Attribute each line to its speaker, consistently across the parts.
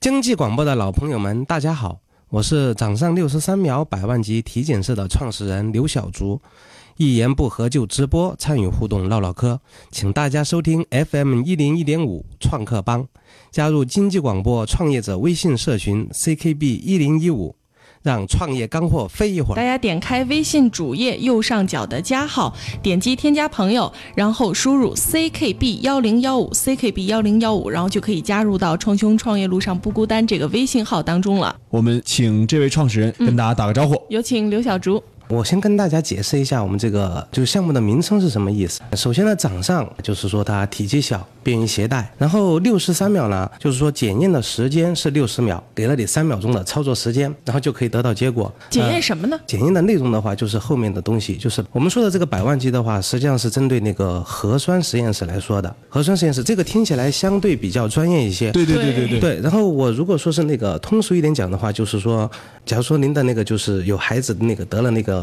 Speaker 1: 经济广播的老朋友们，大家好，我是掌上六十三秒百万级体检社的创始人刘小竹，一言不合就直播参与互动唠唠嗑，请大家收听 FM 一零一点五创客帮，加入经济广播创业者微信社群 CKB 一零一五，让创业干货飞一会儿
Speaker 2: 大。家点开微信主页右上角的加号，点击添加朋友，然后输入 ckb 幺零幺五 ckb 幺零幺五，然后就可以加入到“称兄创业路上不孤单”这个微信号当中了。
Speaker 3: 我们请这位创始人跟大家打个招呼。
Speaker 2: 有请刘小竹。
Speaker 1: 我先跟大家解释一下我们这个就是项目的名称是什么意思。首先呢，掌上就是说它体积小，便于携带。然后六十三秒呢，就是说检验的时间是六十秒，给了你三秒钟的操作时间，然后就可以得到结果。
Speaker 2: 检验
Speaker 1: 呃
Speaker 2: 什么呢？
Speaker 1: 检验的内容的话，就是后面的东西，就是我们说的这个百万级的话，实际上是针对那个核酸实验室来说的。核酸实验室这个听起来相对比较专业一些，
Speaker 3: 对对对对对，
Speaker 1: 对，然后我如果说是那个通俗一点讲的话，就是说，假如说您的那个就是有孩子那个得了那个，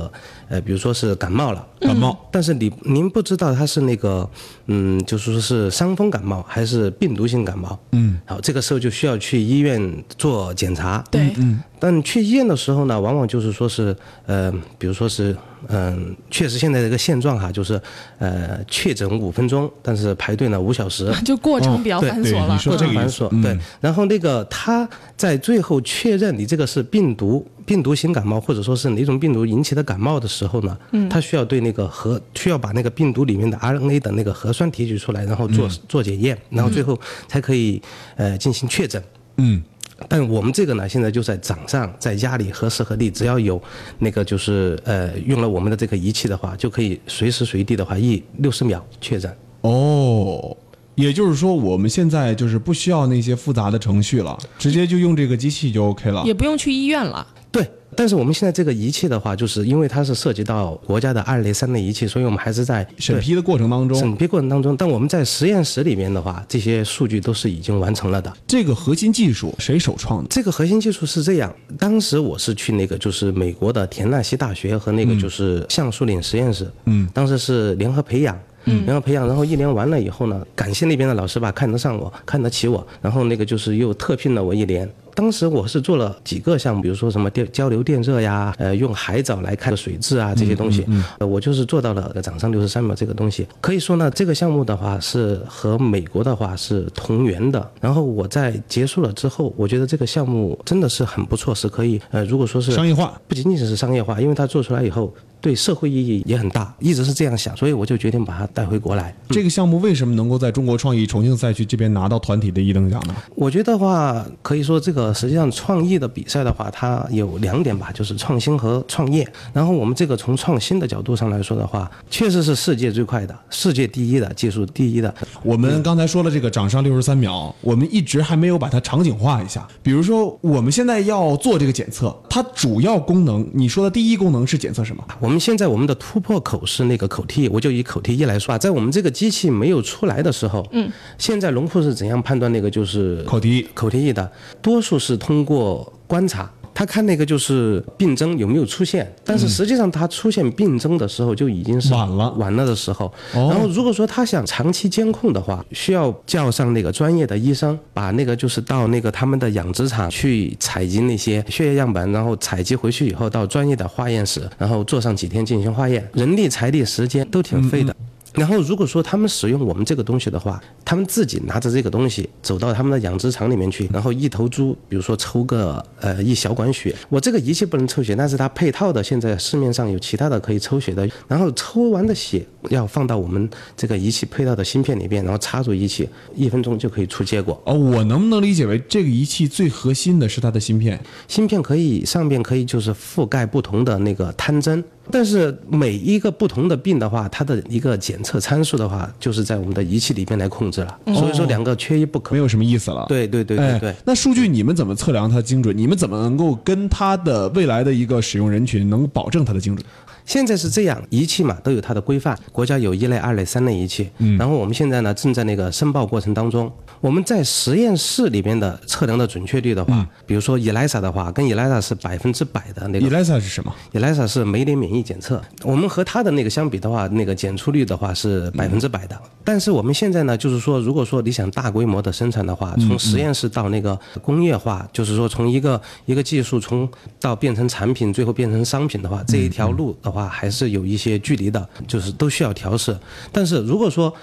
Speaker 1: 呃，比如说是感冒了，嗯
Speaker 3: 感冒
Speaker 1: 但是你您不知道他是那个，嗯，就是说是伤风感冒还是病毒性感冒，嗯，好，这个时候就需要去医院做检查，
Speaker 3: 嗯
Speaker 2: 对，
Speaker 1: 但去医院的时候呢，往往就是说是，呃，比如说是，嗯、确实现在这个现状哈，就是，呃，确诊五分钟，但是排队呢五小时，
Speaker 2: 就过程比较
Speaker 1: 对
Speaker 2: 繁琐
Speaker 3: 对
Speaker 2: 了
Speaker 3: 你。说这个
Speaker 1: 繁琐
Speaker 3: 意思，，嗯
Speaker 1: 对。然后那个他在最后确认你这个是病毒病毒型感冒，或者说是哪种病毒引起的感冒的时候呢，他需要对那个核需要把那个病毒里面的 RNA 的那个核酸提取出来，然后
Speaker 3: 嗯
Speaker 1: 做做检验，然后最后才可以呃进行确诊。
Speaker 3: 嗯，
Speaker 1: 但我们这个呢，现在就在掌上，在家里何时何地，只要有那个就是呃用了我们的这个仪器的话，就可以随时随地的话，一六十秒确诊。
Speaker 3: 哦，也就是说我们现在就是不需要那些复杂的程序了，直接就用这个机器就 OK 了
Speaker 2: 也。不用去医院了，
Speaker 1: 对，但是我们现在这个仪器的话，就是因为它是涉及到国家的二类、三类仪器，所以我们还是在
Speaker 3: 审批的过程当
Speaker 1: 对审
Speaker 3: 中，
Speaker 1: 批过程当中。但我们在实验室里面的话，这些数据都是已经完成了的。
Speaker 3: 这个核心技术谁首创的？
Speaker 1: 这个核心技术是这样，当时我是去那个就是美国的田纳西大学和那个嗯就是橡树岭实验室，嗯，当时是联合培养。嗯，联合培养，然后一年完了以后呢，感谢那边的老师吧，看得上我，看得起我，然后那个就是又特聘了我一年。当时我是做了几个项目，比如说什么电交流电热呀，呃，用海藻来看水质啊这些东西，呃，我就是做到了掌上六十三秒这个东西。可以说呢，这个项目的话是和美国的话是同源的。然后我在结束了之后，我觉得这个项目真的是很不错，是可以呃，如果说是
Speaker 3: 商业化，
Speaker 1: 不仅仅是商业化，因为它做出来以后对社会意义也很大，一直是这样想，所以我就决定把它带回国来。
Speaker 3: 这个项目为什么能够在中国创意重庆赛区这边拿到团体的一等奖呢？
Speaker 1: 我觉得话，可以说这个实际上创意的比赛的话，它有两点吧，就是创新和创业。然后我们这个从创新的角度上来说的话，确实是世界最快的、世界第一的、技术第一的。
Speaker 3: 我们刚才说了这个掌上六十三秒，我们一直还没有把它场景化一下。比如说，我们现在要做这个检测，它主要功能，你说的第一功能是检测什么？
Speaker 1: 我们现在我们的突破口是那个口蹄疫，我就以口蹄疫来说啊，在我们这个机器没有出来的时候，嗯，现在龙库是怎样判断那个就是
Speaker 3: 口蹄疫。
Speaker 1: 口蹄疫的，多数是通过观察。他看那个就是病征有没有出现，但是实际上他出现病征的时候就已经是
Speaker 3: 晚了
Speaker 1: 晚了的时候。
Speaker 3: 哦
Speaker 1: 然后如果说他想长期监控的话，需要叫上那个专业的医生，把那个就是到那个他们的养殖场去采集那些血液样本，然后采集回去以后到专业的化验室，然后做上几天进行化验，人力、财力、时间都挺
Speaker 3: 嗯
Speaker 1: 费的。然后，如果说他们使用我们这个东西的话，他们自己拿着这个东西走到他们的养殖场里面去，然后一头猪，比如说抽个呃一小管血，我这个仪器不能抽血，但是它配套的现在市面上有其他的可以抽血的，然后抽完的血要放到我们这个仪器配套的芯片里边，然后插入仪器，一分钟就可以出结果。
Speaker 3: 哦，我能不能理解为这个仪器最核心的是它的芯片？
Speaker 1: 芯片可以上面可以就是覆盖不同的那个探针，但是每一个不同的病的话，它的一个检测参数的话，就是在我们的仪器里面来控制了。所以说两个缺一不可。
Speaker 3: 没有什么意思了。
Speaker 1: 对对对对对
Speaker 3: 哦哎。那数据你们怎么测量它的精准？你们怎么能够跟它的未来的一个使用人群能保证它的精准？
Speaker 1: 现在是这样，仪器嘛都有它的规范，国家有一类、二类、三类仪器。嗯，然后我们现在呢正在那个申报过程当中。我们在实验室里边的测量的准确率的话，比如说 E ELISA 的话，跟 ELISA 是百分之百的那个
Speaker 3: ELISA 是什么？
Speaker 1: ELISA 是酶联免疫检测，我们和它的那个相比的话，那个检出率的话是百分之百的。但是我们现在呢，就是说，如果说你想大规模的生产的话，从实验室到那个工业化，就是说从一个一个技术从到变成产品，最后变成商品的话，这一条路的话还是有一些距离的，就是都需要调试。但是如果说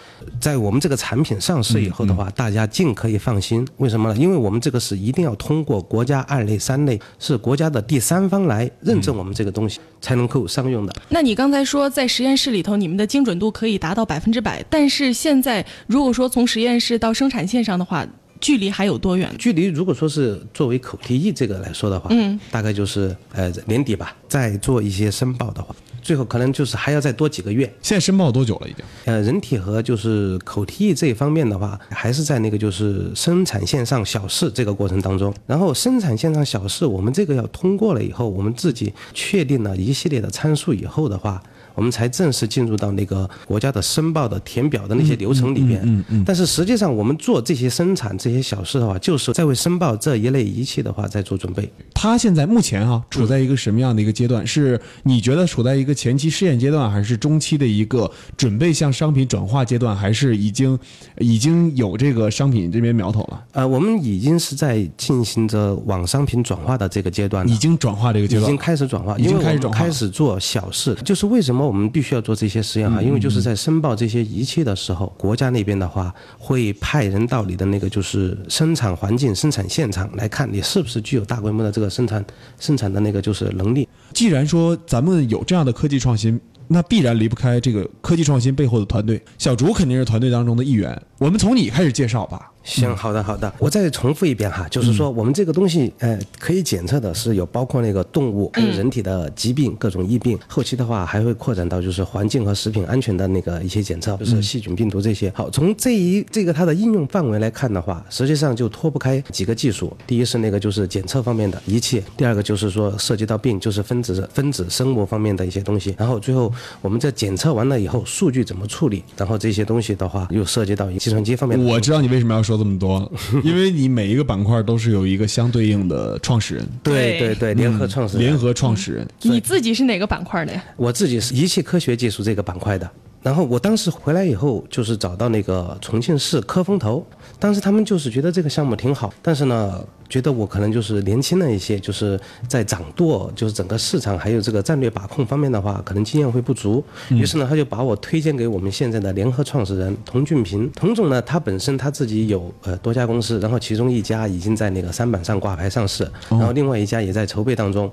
Speaker 1: 在我们这个产品上市以后的话，大家尽可以放心。为什么呢？因为我们这个是一定要通过国家二类、三类，是国家的第三方来认证我们这个东西，才能够商用的。
Speaker 2: 那你刚才说在实验室里头，你们的精准度可以达到百分之百，但是现在如果说从实验室到生产线上的话，距离还有多远？
Speaker 1: 距离如果说是作为口蹄疫这个来说的话，嗯，大概就是呃年底吧，再做一些申报的话，最后可能就是还要再多几个月。
Speaker 3: 现在申报多久了？已经？
Speaker 1: 呃，人体和就是口蹄疫这一方面的话，还是在那个就是生产线上小试这个过程当中。然后生产线上小试，我们这个要通过了以后，我们自己确定了一系列的参数以后的话。我们才正式进入到那个国家的申报的填表的那些流程里边。嗯嗯。但是实际上，我们做这些生产这些小事的话，就是在为申报这一类仪器的话在做准备。
Speaker 3: 它现在目前啊，处在一个什么样的一个阶段？是你觉得处在一个前期试验阶段，还是中期的一个准备向商品转化阶段，还是已经已经有这个商品这边苗头了？
Speaker 1: 呃，我们已经是在进行着往商品转化的这个阶段了
Speaker 3: 已。经转化这个阶
Speaker 1: 已
Speaker 3: 段
Speaker 1: 经
Speaker 3: 了，
Speaker 1: 开始转化，
Speaker 3: 已经
Speaker 1: 因为
Speaker 3: 开始
Speaker 1: 我
Speaker 3: 转
Speaker 1: 们
Speaker 3: 化了
Speaker 1: 开始做小事，就是为什么我们必须要做这些实验啊？因为就是在申报这些仪器的时候，国家那边的话会派人到你的那个就是生产环境、生产现场来看你是不是具有大规模的这个生产生产的那个就是能力。
Speaker 3: 既然说咱们有这样的科技创新，那必然离不开这个科技创新背后的团队。小竹肯定是团队当中的一员。我们从你开始介绍吧。
Speaker 1: 行，好的，好的，我再重复一遍哈，就是说我们这个东西，呃，可以检测的是有包括那个动物、还有人体的疾病、各种疫病，后期的话还会扩展到就是环境和食品安全的那个一些检测，就是细菌、病毒这些。好，从这一这个它的应用范围来看的话，实际上就脱不开几个技术，第一是那个就是检测方面的仪器，第二个就是说涉及到病，就是分子分子生物方面的一些东西，然后最后我们这检测完了以后，数据怎么处理，然后这些东西的话又涉及到计算机方面的。
Speaker 3: 我知道你为什么要说这么多，因为你每一个板块都是有一个相对应的创始人，
Speaker 1: 对
Speaker 2: 对
Speaker 1: 对对，联合创始人，
Speaker 3: 嗯联合创始人。
Speaker 2: 你自己是哪个板块的呀？
Speaker 1: 我自己是仪器科学技术这个板块的。然后我当时回来以后，就是找到那个重庆市科风投，当时他们就是觉得这个项目挺好，但是呢，觉得我可能就是年轻了一些，就是在掌舵，就是整个市场还有这个战略把控方面的话，可能经验会不足。
Speaker 3: 嗯
Speaker 1: 于是呢，他就把我推荐给我们现在的联合创始人童俊平。童总呢，他本身他自己有呃多家公司，然后其中一家已经在那个三板上挂牌上市，然
Speaker 3: 哦
Speaker 1: 后另外一家也在筹备当中。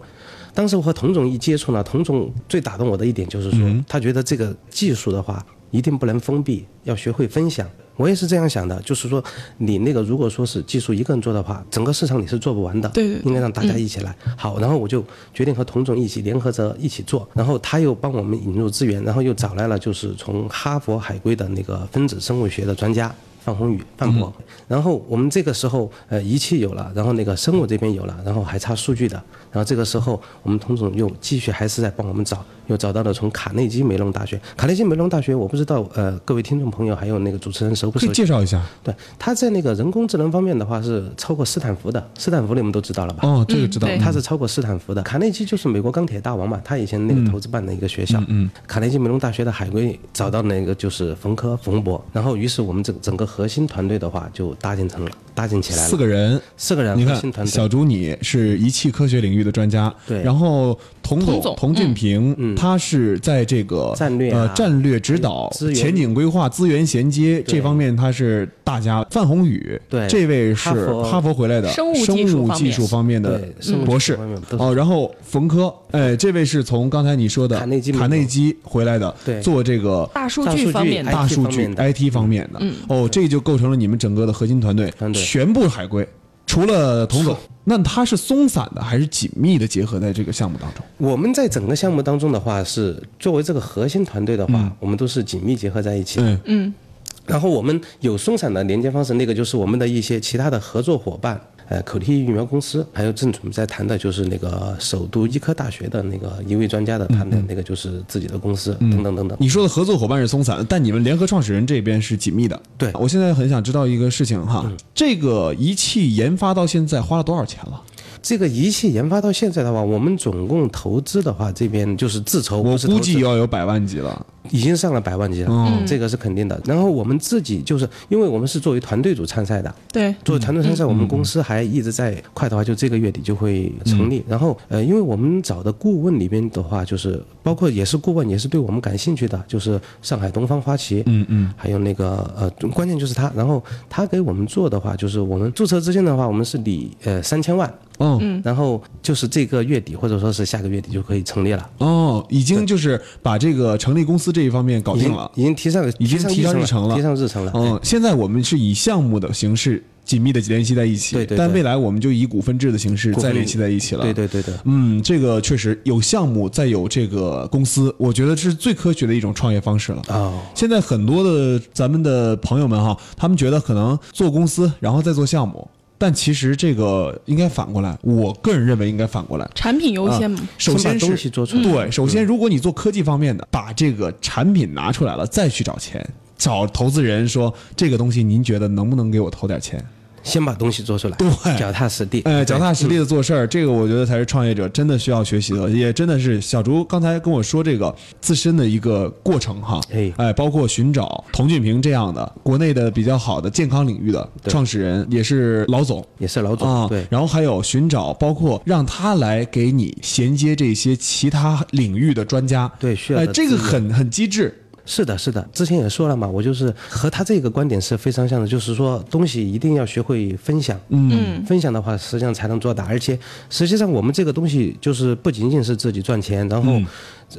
Speaker 1: 当时我和童总一接触呢，童总最打动我的一点就是说，他觉得这个技术的话，一定不能封闭，要学会分享。我也是这样想的，就是说，你那个如果说是技术一个人做的话，整个市场你是做不完的，
Speaker 2: 对对对
Speaker 1: 应该让大家一起来。好，然后我就决定和童总一起联合着一起做，然后他又帮我们引入资源，然后又找来了就是从哈佛海归的那个分子生物学的专家。范宏宇、范博，然后我们这个时候，呃，仪器有了，然后那个生物这边有了，然后还差数据的，然后这个时候，我们童总又继续还是在帮我们找，又找到了从卡内基梅隆大学，卡内基梅隆大学，我不知道，呃，各位听众朋友还有那个主持人熟不
Speaker 3: 可
Speaker 1: 熟
Speaker 3: 以
Speaker 1: 悉？
Speaker 3: 介绍一下
Speaker 1: 对，他在那个人工智能方面的话是超过斯坦福的，斯坦福你们都知道了吧？
Speaker 3: 哦，这个知道。
Speaker 2: 对
Speaker 1: 他是超过斯坦福的。卡内基就是美国钢铁大王嘛，他以前那
Speaker 3: 嗯
Speaker 1: 个投资办的一个学校。嗯，卡内基梅隆大学的海归找到那个就是冯科冯博，然后于是我们整整个核心团队的话就搭建成了，搭建起来
Speaker 3: 四
Speaker 1: 了。
Speaker 3: 个人，
Speaker 1: 四个人
Speaker 3: 你
Speaker 1: 核心团
Speaker 3: 看，
Speaker 1: 队
Speaker 3: 小朱你是仪器科学领域的专家，
Speaker 1: 对嗯
Speaker 3: 然后童
Speaker 2: 童
Speaker 3: 总
Speaker 2: 总
Speaker 3: 童俊平，他是在这个
Speaker 1: 战略啊
Speaker 3: 呃战略指导、
Speaker 1: 资源
Speaker 3: 前景规划、资源衔接这方面，他是大家。范宏宇，
Speaker 1: 对
Speaker 3: 这位是
Speaker 1: 哈佛
Speaker 3: 哈佛回来的
Speaker 2: 生物技术
Speaker 3: 物
Speaker 2: 方面
Speaker 3: 技术方面的
Speaker 1: 对生物
Speaker 3: 博
Speaker 1: 技术
Speaker 3: 士
Speaker 1: 方面都是
Speaker 3: 哦，然后冯科，哎，这位是从刚才你说的
Speaker 1: 卡内基美国
Speaker 3: 卡内基回来的，
Speaker 1: 对
Speaker 3: 做这个
Speaker 2: 大数
Speaker 1: 大数
Speaker 2: 据哎
Speaker 1: 据
Speaker 2: 方面的，
Speaker 3: 大
Speaker 1: IT
Speaker 3: 数
Speaker 1: 方
Speaker 3: 据
Speaker 1: 面的
Speaker 3: IT 方面的，哦，这就构成了你们整个的核心团队，
Speaker 1: 团队
Speaker 3: 全部海归，除了童总，那它是松散的还是紧密的结合在这个项目当中？
Speaker 1: 我们在整个项目当中的话是作为这个核心团队的话，我们都是紧密结合在一起。
Speaker 3: 嗯
Speaker 1: 然后我们有松散的连接方式，那个就是我们的一些其他的合作伙伴。呃口蹄疫苗公司，还有正准备在谈的就是那个首都医科大学的那个一位专家的他们
Speaker 3: 嗯
Speaker 1: 的那个就是自己的公司等等等等。
Speaker 3: 你说的合作伙伴是松散的，但你们联合创始人这边是紧密的。
Speaker 1: 对嗯
Speaker 3: 我现在很想知道一个事情哈，这个仪器研发到现在花了多少钱了？
Speaker 1: 这个仪器研发到现在的话，我们总共投资的话，这边就是自筹，
Speaker 3: 我
Speaker 1: 不是投
Speaker 3: 估
Speaker 1: 资
Speaker 3: 计哦要有百万级了。
Speaker 1: 已经上了百万级了，这个是肯定的。然后我们自己就是因为我们是作为团队组参赛的，
Speaker 2: 对，
Speaker 1: 作为团队参赛，
Speaker 3: 嗯
Speaker 1: 我们公司还一直在快的话，就这个月底就会成
Speaker 3: 嗯
Speaker 1: 立。然后呃，因为我们找的顾问里边的话，就是包括也是顾问，也是对我们感兴趣的，就是上海东方花旗，嗯嗯，还有那个呃，关键就是他。然后他给我们做的话，就是我们注册资金的话，我们是理呃三千万，
Speaker 3: 哦、
Speaker 1: 然后就是这个月底或者说是下个月底就可以成立了。
Speaker 3: 哦，已经就是把这个成立公司这一方面搞
Speaker 1: 已
Speaker 3: 哦定
Speaker 1: 经
Speaker 3: 了。
Speaker 1: 已经提上，
Speaker 3: 已经提上日程了
Speaker 1: 提上日程了。
Speaker 3: 嗯，现在我们是以项目的形式紧密的联系在一起，
Speaker 1: 对对对
Speaker 3: 但未来我们就以股份制的形式
Speaker 1: 股
Speaker 3: 再
Speaker 1: 份
Speaker 3: 联系在一起了。
Speaker 1: 对对对对，
Speaker 3: 嗯，这个确实有项目，再有这个公司，我觉得这是最科学的一种创业方式了。
Speaker 1: 哦，
Speaker 3: 现在很多的咱们的朋友们哈，他们觉得可能做公司，然后再做项目，但其实这个应该反过来，我个人认为应该反过来。
Speaker 2: 产品优先嘛。
Speaker 3: 首
Speaker 1: 先
Speaker 3: 先
Speaker 1: 把
Speaker 3: 是
Speaker 1: 东西做出来
Speaker 3: 对，嗯首先如果你做科技方面的，把这个产品拿出来了，再去找钱，找投资人说这个东西您觉得能不能给我投点钱？
Speaker 1: 先把东西做出来，
Speaker 3: 对
Speaker 1: 脚踏实地，
Speaker 3: 呃，
Speaker 1: 对
Speaker 3: 脚踏实地的做事儿，这个我觉得才是创业者真的需要学习的，也真的是小竹刚才跟我说这个自身的一个过程哈，
Speaker 1: 哎
Speaker 3: 哎，包括寻找童俊平这样的国内的比较好的健康领域的
Speaker 1: 对
Speaker 3: 创始人，也是老总。
Speaker 1: 也是老
Speaker 3: 啊
Speaker 1: 总，，对，
Speaker 3: 然后还有寻找，包括让他来给你衔接这些其他领域的专家，
Speaker 1: 对需要
Speaker 3: 哎，
Speaker 1: 的
Speaker 3: 这个
Speaker 1: 资源
Speaker 3: 很很机智，
Speaker 1: 是的，是的，之前也说了嘛，我就是和他这个观点是非常像的，就是说东西一定要学会分享，嗯，分享的话实际上才能做大，而且实际上我们这个东西就是不仅仅是自己赚钱，然后、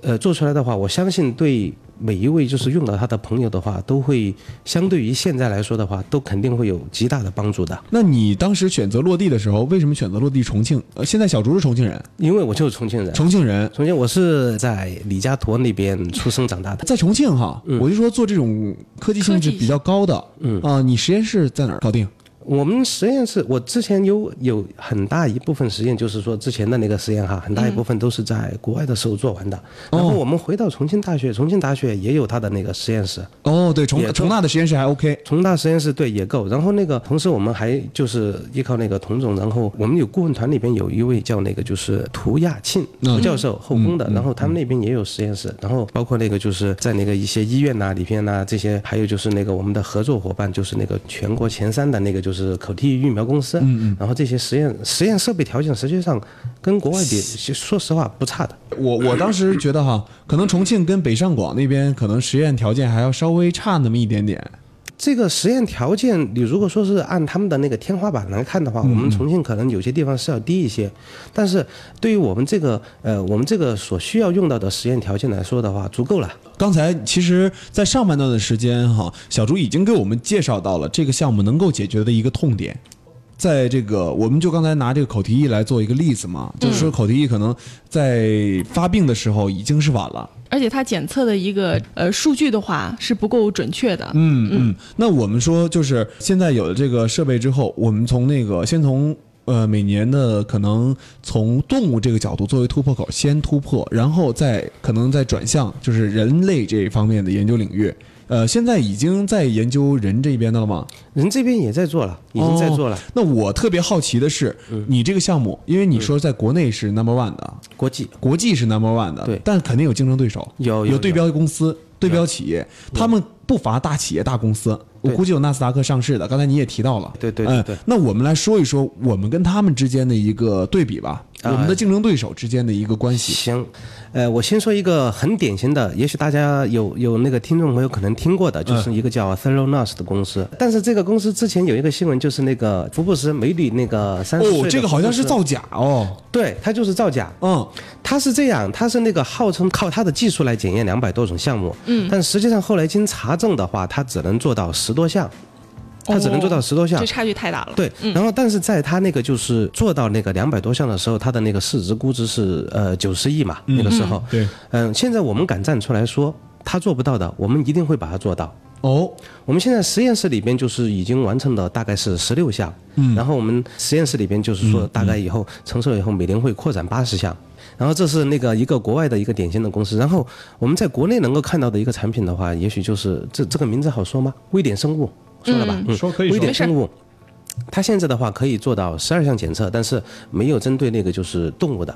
Speaker 1: 呃做出来的话，我相信对每一位就是用到它的朋友的话，都会相对于现在来说的话，都肯定会有极大的帮助的，
Speaker 3: 那你当时选择落地的时候，为什么选择落地重庆？呃，现在小竹是重庆人，
Speaker 1: 因为我就是重庆人，
Speaker 3: 重庆人，
Speaker 1: 重庆我是在李家沱那边出生长大的。
Speaker 3: 在重庆哈，
Speaker 1: 嗯
Speaker 3: 我就说做这种科技性质比较高的，嗯啊、你实验室在哪儿搞定？
Speaker 1: 我们实验室，我之前有有很大一部分实验，就是说之前的那个实验哈，很大一部分都是在国外的时候做完的。然后我们回到重庆大学，重庆大学也有它的那个实验室，
Speaker 3: 哦，对，重
Speaker 1: 也
Speaker 3: 重大的实验室还 OK，
Speaker 1: 重哎大实验室对也够。然后那个同时我们还就是依靠那个童总，然后我们有顾问团里边有一位叫那个就是涂亚庆涂教授，后宫的，然后他们那边也有实验室，然后包括那个就是在那个一些医院呐、里边呐、这些，还有就是那个我们的合作伙伴就是那个全国前三的那个就是口蹄疫疫苗公司，然后这些实验实验设备条件实际上跟国外比，说实话不差的。
Speaker 3: 我我当时觉得哈，可能重庆跟北上广那边可能实验条件还要稍微差那么一点点。
Speaker 1: 这个实验条件，你如果说是按他们的那个天花板来看的话，
Speaker 3: 嗯
Speaker 1: 我们重庆可能有些地方是要低一些，但是对于我们这个呃我们这个所需要用到的实验条件来说的话，足够了。
Speaker 3: 刚才其实，在上半段的时间哈，小朱已经给我们介绍到了这个项目能够解决的一个痛点。在这个，我们就刚才拿这个口蹄疫来做一个例子嘛，就是说口蹄疫可能在发病的时候已经是晚了，
Speaker 2: 而且它检测的一个呃数据的话是不够准确的，
Speaker 3: 嗯嗯，那我们说就是现在有了这个设备之后，我们从那个先从。呃，每年的可能从动物这个角度作为突破口先突破，然后再可能再转向就是人类这一方面的研究领域。呃，现在已经在研究人这边的了吗？
Speaker 1: 人这边也在做了，已经在做了，
Speaker 3: 哦那我特别好奇的是，你这个项目，因为你说在国内是 number one 的，
Speaker 1: 国际
Speaker 3: 国际是 number one 的，
Speaker 1: 对
Speaker 3: 但肯定有竞争对手，
Speaker 1: 有
Speaker 3: 有
Speaker 1: 有
Speaker 3: 对标公司、对标企业，他们不乏大企业、大公司。我
Speaker 1: 对
Speaker 3: 估计有纳斯达克上市的，刚才你也提到了，
Speaker 1: 对对
Speaker 3: 嗯
Speaker 1: 对对
Speaker 3: 那我们来说一说我们跟他们之间的一个对比吧，我
Speaker 1: 啊
Speaker 3: 们的竞争对手之间的一个关系。
Speaker 1: 行，呃，我先说一个很典型的，也许大家有有那个听众朋友可能听过的，
Speaker 3: 嗯
Speaker 1: 就是一个叫 Theranos 的公司。但是这个公司之前有一个新闻，就是那个福布斯美女那个三十岁
Speaker 3: 哦
Speaker 1: 的，
Speaker 3: 这个好像是
Speaker 1: 福布斯，
Speaker 3: 造假哦，
Speaker 1: 对，它就是造假。
Speaker 3: 嗯，
Speaker 1: 他是这样，他是那个号称靠他的技术来检验两百多种项目，嗯，但实际上后来经查证的话，他只能做到十多项，他只能做到十多项。
Speaker 2: 这差距太大了。
Speaker 1: 对，然后但是在他那个就是做到那个两百多项的时候，他的那个市值估值是呃九十亿嘛，那个时候，
Speaker 3: 对，
Speaker 1: 嗯，现在我们敢站出来说他做不到的，我们一定会把它做到。
Speaker 3: 哦，
Speaker 1: 我们现在实验室里边就是已经完成了大概是十六项，嗯，然后我们实验室里边就是
Speaker 3: 嗯
Speaker 1: 说大概以后、成熟以后每年会扩展八十项，然后这是那个一个国外的一个典型的公司，然后我们在国内能够看到的一个产品的话，也许就是这这个名字好说吗？微点生物说了吧，嗯，
Speaker 3: 说可以
Speaker 1: 微
Speaker 3: 说
Speaker 1: 点生物。它现在的话可以做到十二项检测，但是没有针对那个就是动物的。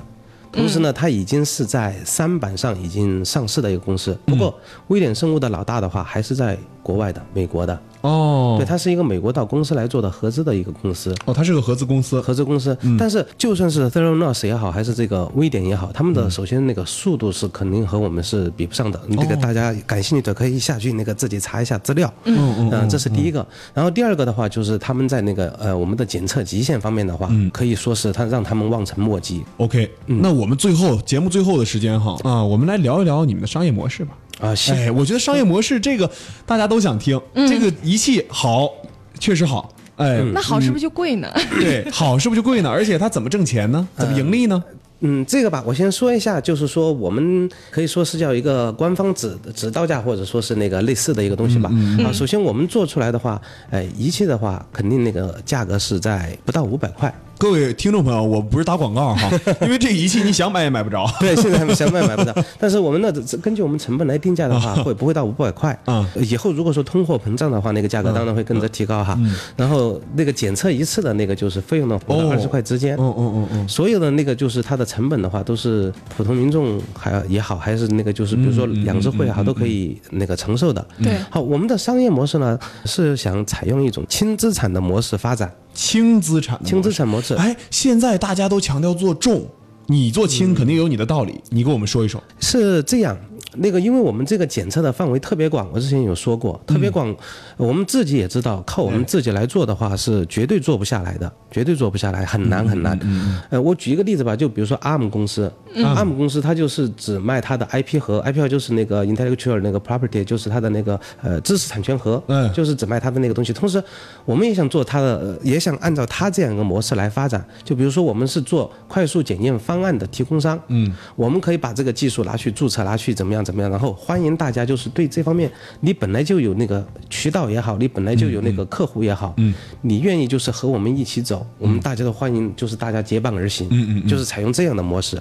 Speaker 1: 同时呢，它已经是在三板上已经上市的一个公司。不过，微点生物的老大的话还是在国外的，美国的。
Speaker 3: 哦
Speaker 1: 对，它是一个美国到公司来做的合资的一个公司，
Speaker 3: 哦，它是个合资公司，
Speaker 1: 合资公司。但是就算是 Theranos 也好，还是这个微点也好，他们的首先那个速度是肯定和我们是比不上的。这个大家感兴趣的可以下去那个自己查一下资料。嗯
Speaker 3: 嗯
Speaker 1: 这是第一个。然后第二个的话，就是他们在那个呃我们的检测极限方面的话，可以说是他让他们望尘莫及
Speaker 3: OK，、那
Speaker 1: 嗯
Speaker 3: 我们最后节目最后的时间哈啊，我们来聊一聊你们的商业模式 吧。
Speaker 1: 啊。希
Speaker 3: 哎，我觉得商业模式这个大家都想听，这个仪器好，确实好。哎，
Speaker 1: 嗯
Speaker 2: 那好是不是就贵呢？
Speaker 3: 对， 好是不是就贵呢？而且它怎么挣钱呢？怎么盈利呢？
Speaker 1: 嗯，这个吧，我先说一下，就是说我们可以说是叫一个官方指指导价，或者说是那个类似的一个东西吧。啊，首先我们做出来的话，哎，仪器的话，肯定那个价格是在不到五百块。
Speaker 3: 各位听众朋友，我不是打广告 哈，因为这仪器你想买也买不着。
Speaker 1: 对，现在还想买买不到，啊但是我们那根据我们成本来定价的话，会不会到五百块？
Speaker 3: 嗯
Speaker 1: 以后如果说通货膨胀的话，那个价格当然会跟着提高哈。然后那个检测一次的那个就是费用呢，不到
Speaker 3: 哦
Speaker 1: 二十块之间。
Speaker 3: 嗯嗯嗯嗯，
Speaker 1: 所有的那个就是它的成本的话，都是普通民众还也好，还是那个就是比如说养殖户也好，啊都可以那个承受的。
Speaker 2: 对
Speaker 1: 好，我们的商业模式呢是想采用一种轻资产的模式发展，
Speaker 3: 轻资产的模式，
Speaker 1: 轻资产模式。
Speaker 3: 哎，现在大家都强调做重，你做轻肯定有你的道理，你给我们说一说。
Speaker 1: 是这样，那个因为我们这个检测的范围特别广，我之前有说过，特别广，我们自己也知道，靠我们自己来做的话是绝对做不下来的，绝对做不下来，很难很难。呃，我举一个例子吧，就比如说 ARM 公司、a r m 公司它就是只卖它的 IP 盒，IP 盒就是那个 intellectual 那个 property，就是它的那个呃知识产权盒，
Speaker 3: 嗯
Speaker 1: 就是只卖它的那个东西。同时，我们也想做它的，呃也想按照它这样一个模式来发展。就比如说，我们是做快速检验方案的提供商，嗯，我们可以把这个技术拿去注册，拿去怎么样怎么样，然后欢迎大家就是对这方面，你本来就有那个渠道也好，你本来就有那个客户也好，嗯，你愿意就是和我们一起走，我们大家都欢迎，就是大家结伴而行，嗯嗯，就是采用这样的模式，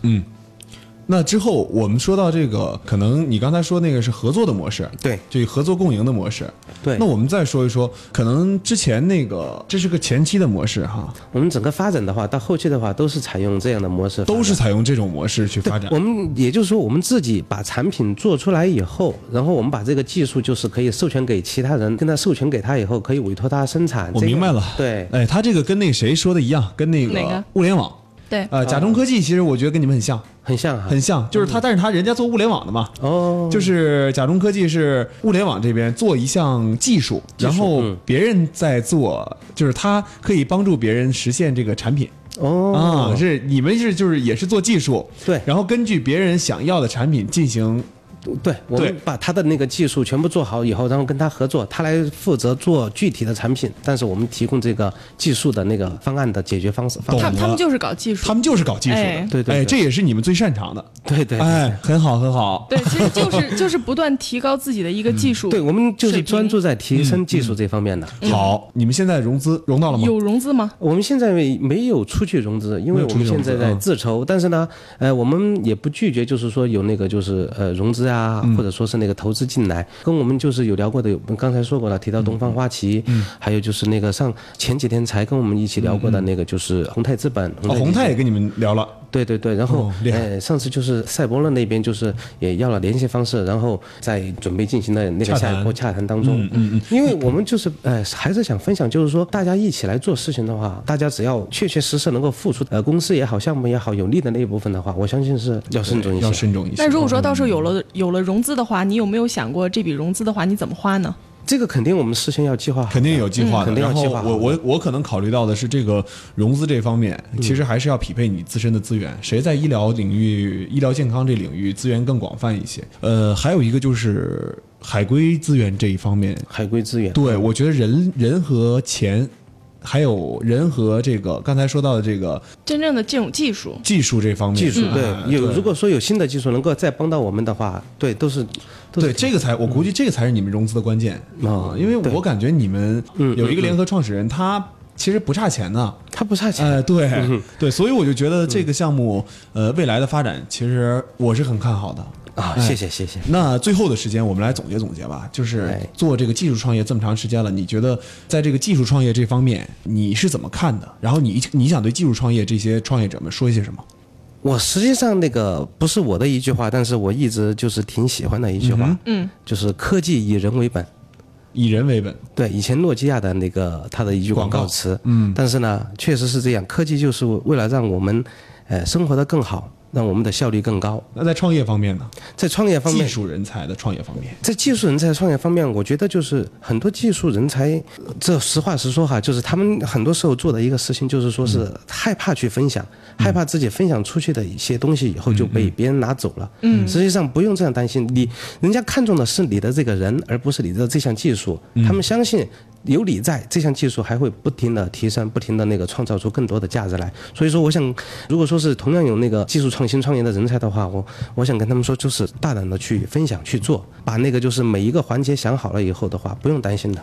Speaker 3: 那之后我们说到这个，可能你刚才说那个是合作的模式，
Speaker 1: 对
Speaker 3: 就合作共赢的模式。
Speaker 1: 对
Speaker 3: 那我们再说一说，可能之前那个这是个前期的模式哈，
Speaker 1: 我们整个发展的话，到后期的话都是采用这样的模式发展，
Speaker 3: 都是采用这种模式去发展
Speaker 1: 我。们也就是说，我们自己把产品做出来以后，然后我们把这个技术就是可以授权给其他人，跟他授权给他以后，可以委托他生产。
Speaker 3: 我
Speaker 1: 这个
Speaker 3: 明白了，
Speaker 1: 对，
Speaker 3: 哎，他这个跟那个谁说的一样，跟那
Speaker 2: 哪个
Speaker 3: 个物联网，
Speaker 2: 对，
Speaker 1: 啊
Speaker 3: 呃，甲中科技其实我觉得跟你们很像，
Speaker 1: 很像哈。
Speaker 3: 很像，就是他，但是他人家做物联网的嘛，
Speaker 1: 哦，
Speaker 3: 就是甲中科技是物联网这边做一项技术，
Speaker 1: 技术
Speaker 3: 然后
Speaker 1: 嗯
Speaker 3: 别人在做，就是它可以帮助别人实现这个产品啊
Speaker 1: 哦，，
Speaker 3: 是你们是就是也是做技术，
Speaker 1: 对
Speaker 3: 然后根据别人想要的产品进行
Speaker 1: 对，我
Speaker 3: 对
Speaker 1: 们把他的那个技术全部做好以后，然后跟他合作，他来负责做具体的产品，但是我们提供这个技术的那个方案的解决方式方
Speaker 3: 懂
Speaker 1: 案。
Speaker 2: 他他
Speaker 3: 了
Speaker 2: 们就是搞技术
Speaker 3: 他。们就是搞技术的，
Speaker 2: 哎
Speaker 1: 对对
Speaker 3: 哎，
Speaker 1: 对
Speaker 3: 这也是你们最擅长的，
Speaker 1: 对对对
Speaker 3: 哎，很好很好，
Speaker 2: 对，其实就是就是不断提高自己的一
Speaker 3: 嗯
Speaker 2: 个技术。
Speaker 1: 对，我们就
Speaker 2: 水
Speaker 1: 是
Speaker 2: 平
Speaker 1: 专注在提升技术这方面的。
Speaker 3: 好，你们现在融资融到了吗？
Speaker 2: 嗯有融资吗？
Speaker 1: 我们现在没有出去融资，因为我们现在在自筹，但是呢，呃，我们也不拒绝，就是说有那个就是呃融资啊，或者说是那个投资进来，跟我们就是有聊过的，有刚才说过了，提到东方花旗，还有就是那个上前几天才跟我们一起聊过的那个就是宏泰资本，
Speaker 3: 哦，宏
Speaker 1: 基金
Speaker 3: 泰也跟你们聊了，
Speaker 1: 对对对，然后、
Speaker 3: 哦厉害
Speaker 1: 呃上次就是赛博乐那边就是也要了联系方式，然后在准备进行的那个
Speaker 3: 洽
Speaker 1: 下
Speaker 3: 谈
Speaker 1: 一步洽谈当中，嗯嗯，因为我们就是呃还是想分享，就是说大家一起来做事情的话，大家只要确确实实能够付出，呃公司也好，项目也好，有利的那一部分的话，我相信是要慎重一
Speaker 3: 要
Speaker 1: 些。
Speaker 3: 慎重一些。
Speaker 2: 那如果说到时候有
Speaker 3: 嗯
Speaker 2: 了有了融资的话，你有没有想过这笔融资的话你怎么花呢？
Speaker 1: 这个肯定我们事先要计划好，
Speaker 3: 肯定有计
Speaker 1: 嗯
Speaker 3: 划的，
Speaker 1: 肯定要
Speaker 3: 然后
Speaker 1: 计划好
Speaker 3: 我我我可能考虑到的是这个融资这方面，
Speaker 1: 嗯
Speaker 3: 其实还是要匹配你自身的资源，谁在医疗领域、医疗健康这领域资源更广泛一些。呃，还有一个就是海归资源这一方面，嗯
Speaker 1: 海归资源。
Speaker 3: 对我觉得人人和钱还有人和这个刚才说到的这个
Speaker 2: 真正的这种技术，
Speaker 3: 技术这方面，
Speaker 1: 技术
Speaker 3: 啊
Speaker 1: 对有，
Speaker 3: 对
Speaker 1: 如果说有新的技术能够再帮到我们的话，对，都是都
Speaker 3: 对
Speaker 1: 是
Speaker 3: 这个才，我估计这个才是你们融资的关键
Speaker 1: 哦
Speaker 3: 啊，因为
Speaker 1: 对
Speaker 3: 我感觉你们
Speaker 1: 嗯
Speaker 3: 有一个联合创始人，他其实不差钱呢。
Speaker 1: 它不差钱，
Speaker 3: 哎，对
Speaker 1: 嗯
Speaker 3: 对，所以我就觉得这个项目，呃，未来的发展其实我是很看好的。
Speaker 1: 啊，谢谢谢谢。
Speaker 3: 那最后的时间，我们来总结总结吧。就是
Speaker 1: 哎
Speaker 3: 做这个技术创业这么长时间了，你觉得在这个技术创业这方面你是怎么看的？然后你你想对技术创业这些创业者们说一些什么？
Speaker 1: 我实际上那个不是我的一句话，但是我一直就是挺喜欢的一句话，
Speaker 2: 嗯，
Speaker 1: 就是科技以人为本。
Speaker 3: 以人为本，
Speaker 1: 对，以前诺基亚的那个它的一句广告词，嗯，但是呢，确实是这样，科技就是为了让我们，呃，生活的更好，让我们的效率更高。
Speaker 3: 那在创业方面呢？
Speaker 1: 在创业方
Speaker 3: 技
Speaker 1: 面，
Speaker 3: 术人才的创业方面，
Speaker 1: 在技术人才创业方面，我觉得就是很多技术人才，呃这实话实说哈，就是他们很多时候做的一个事情，就是说是害怕去分享，害怕自己分享出去的一些东西以后就被别人拿走了。嗯，实际上不用这样担心，你人家看重的是你的这个人，而不是你的这项技术。他们相信有你在，这项技术还会不停的提升，不停的那个创造出更多的价值来。所以说，我想，如果说是同样有那个技术创新创业的人才的话，我我想跟他们说，就是大胆的去分享去做，把那个就是每一个环节想好了以后的话，不用担心的。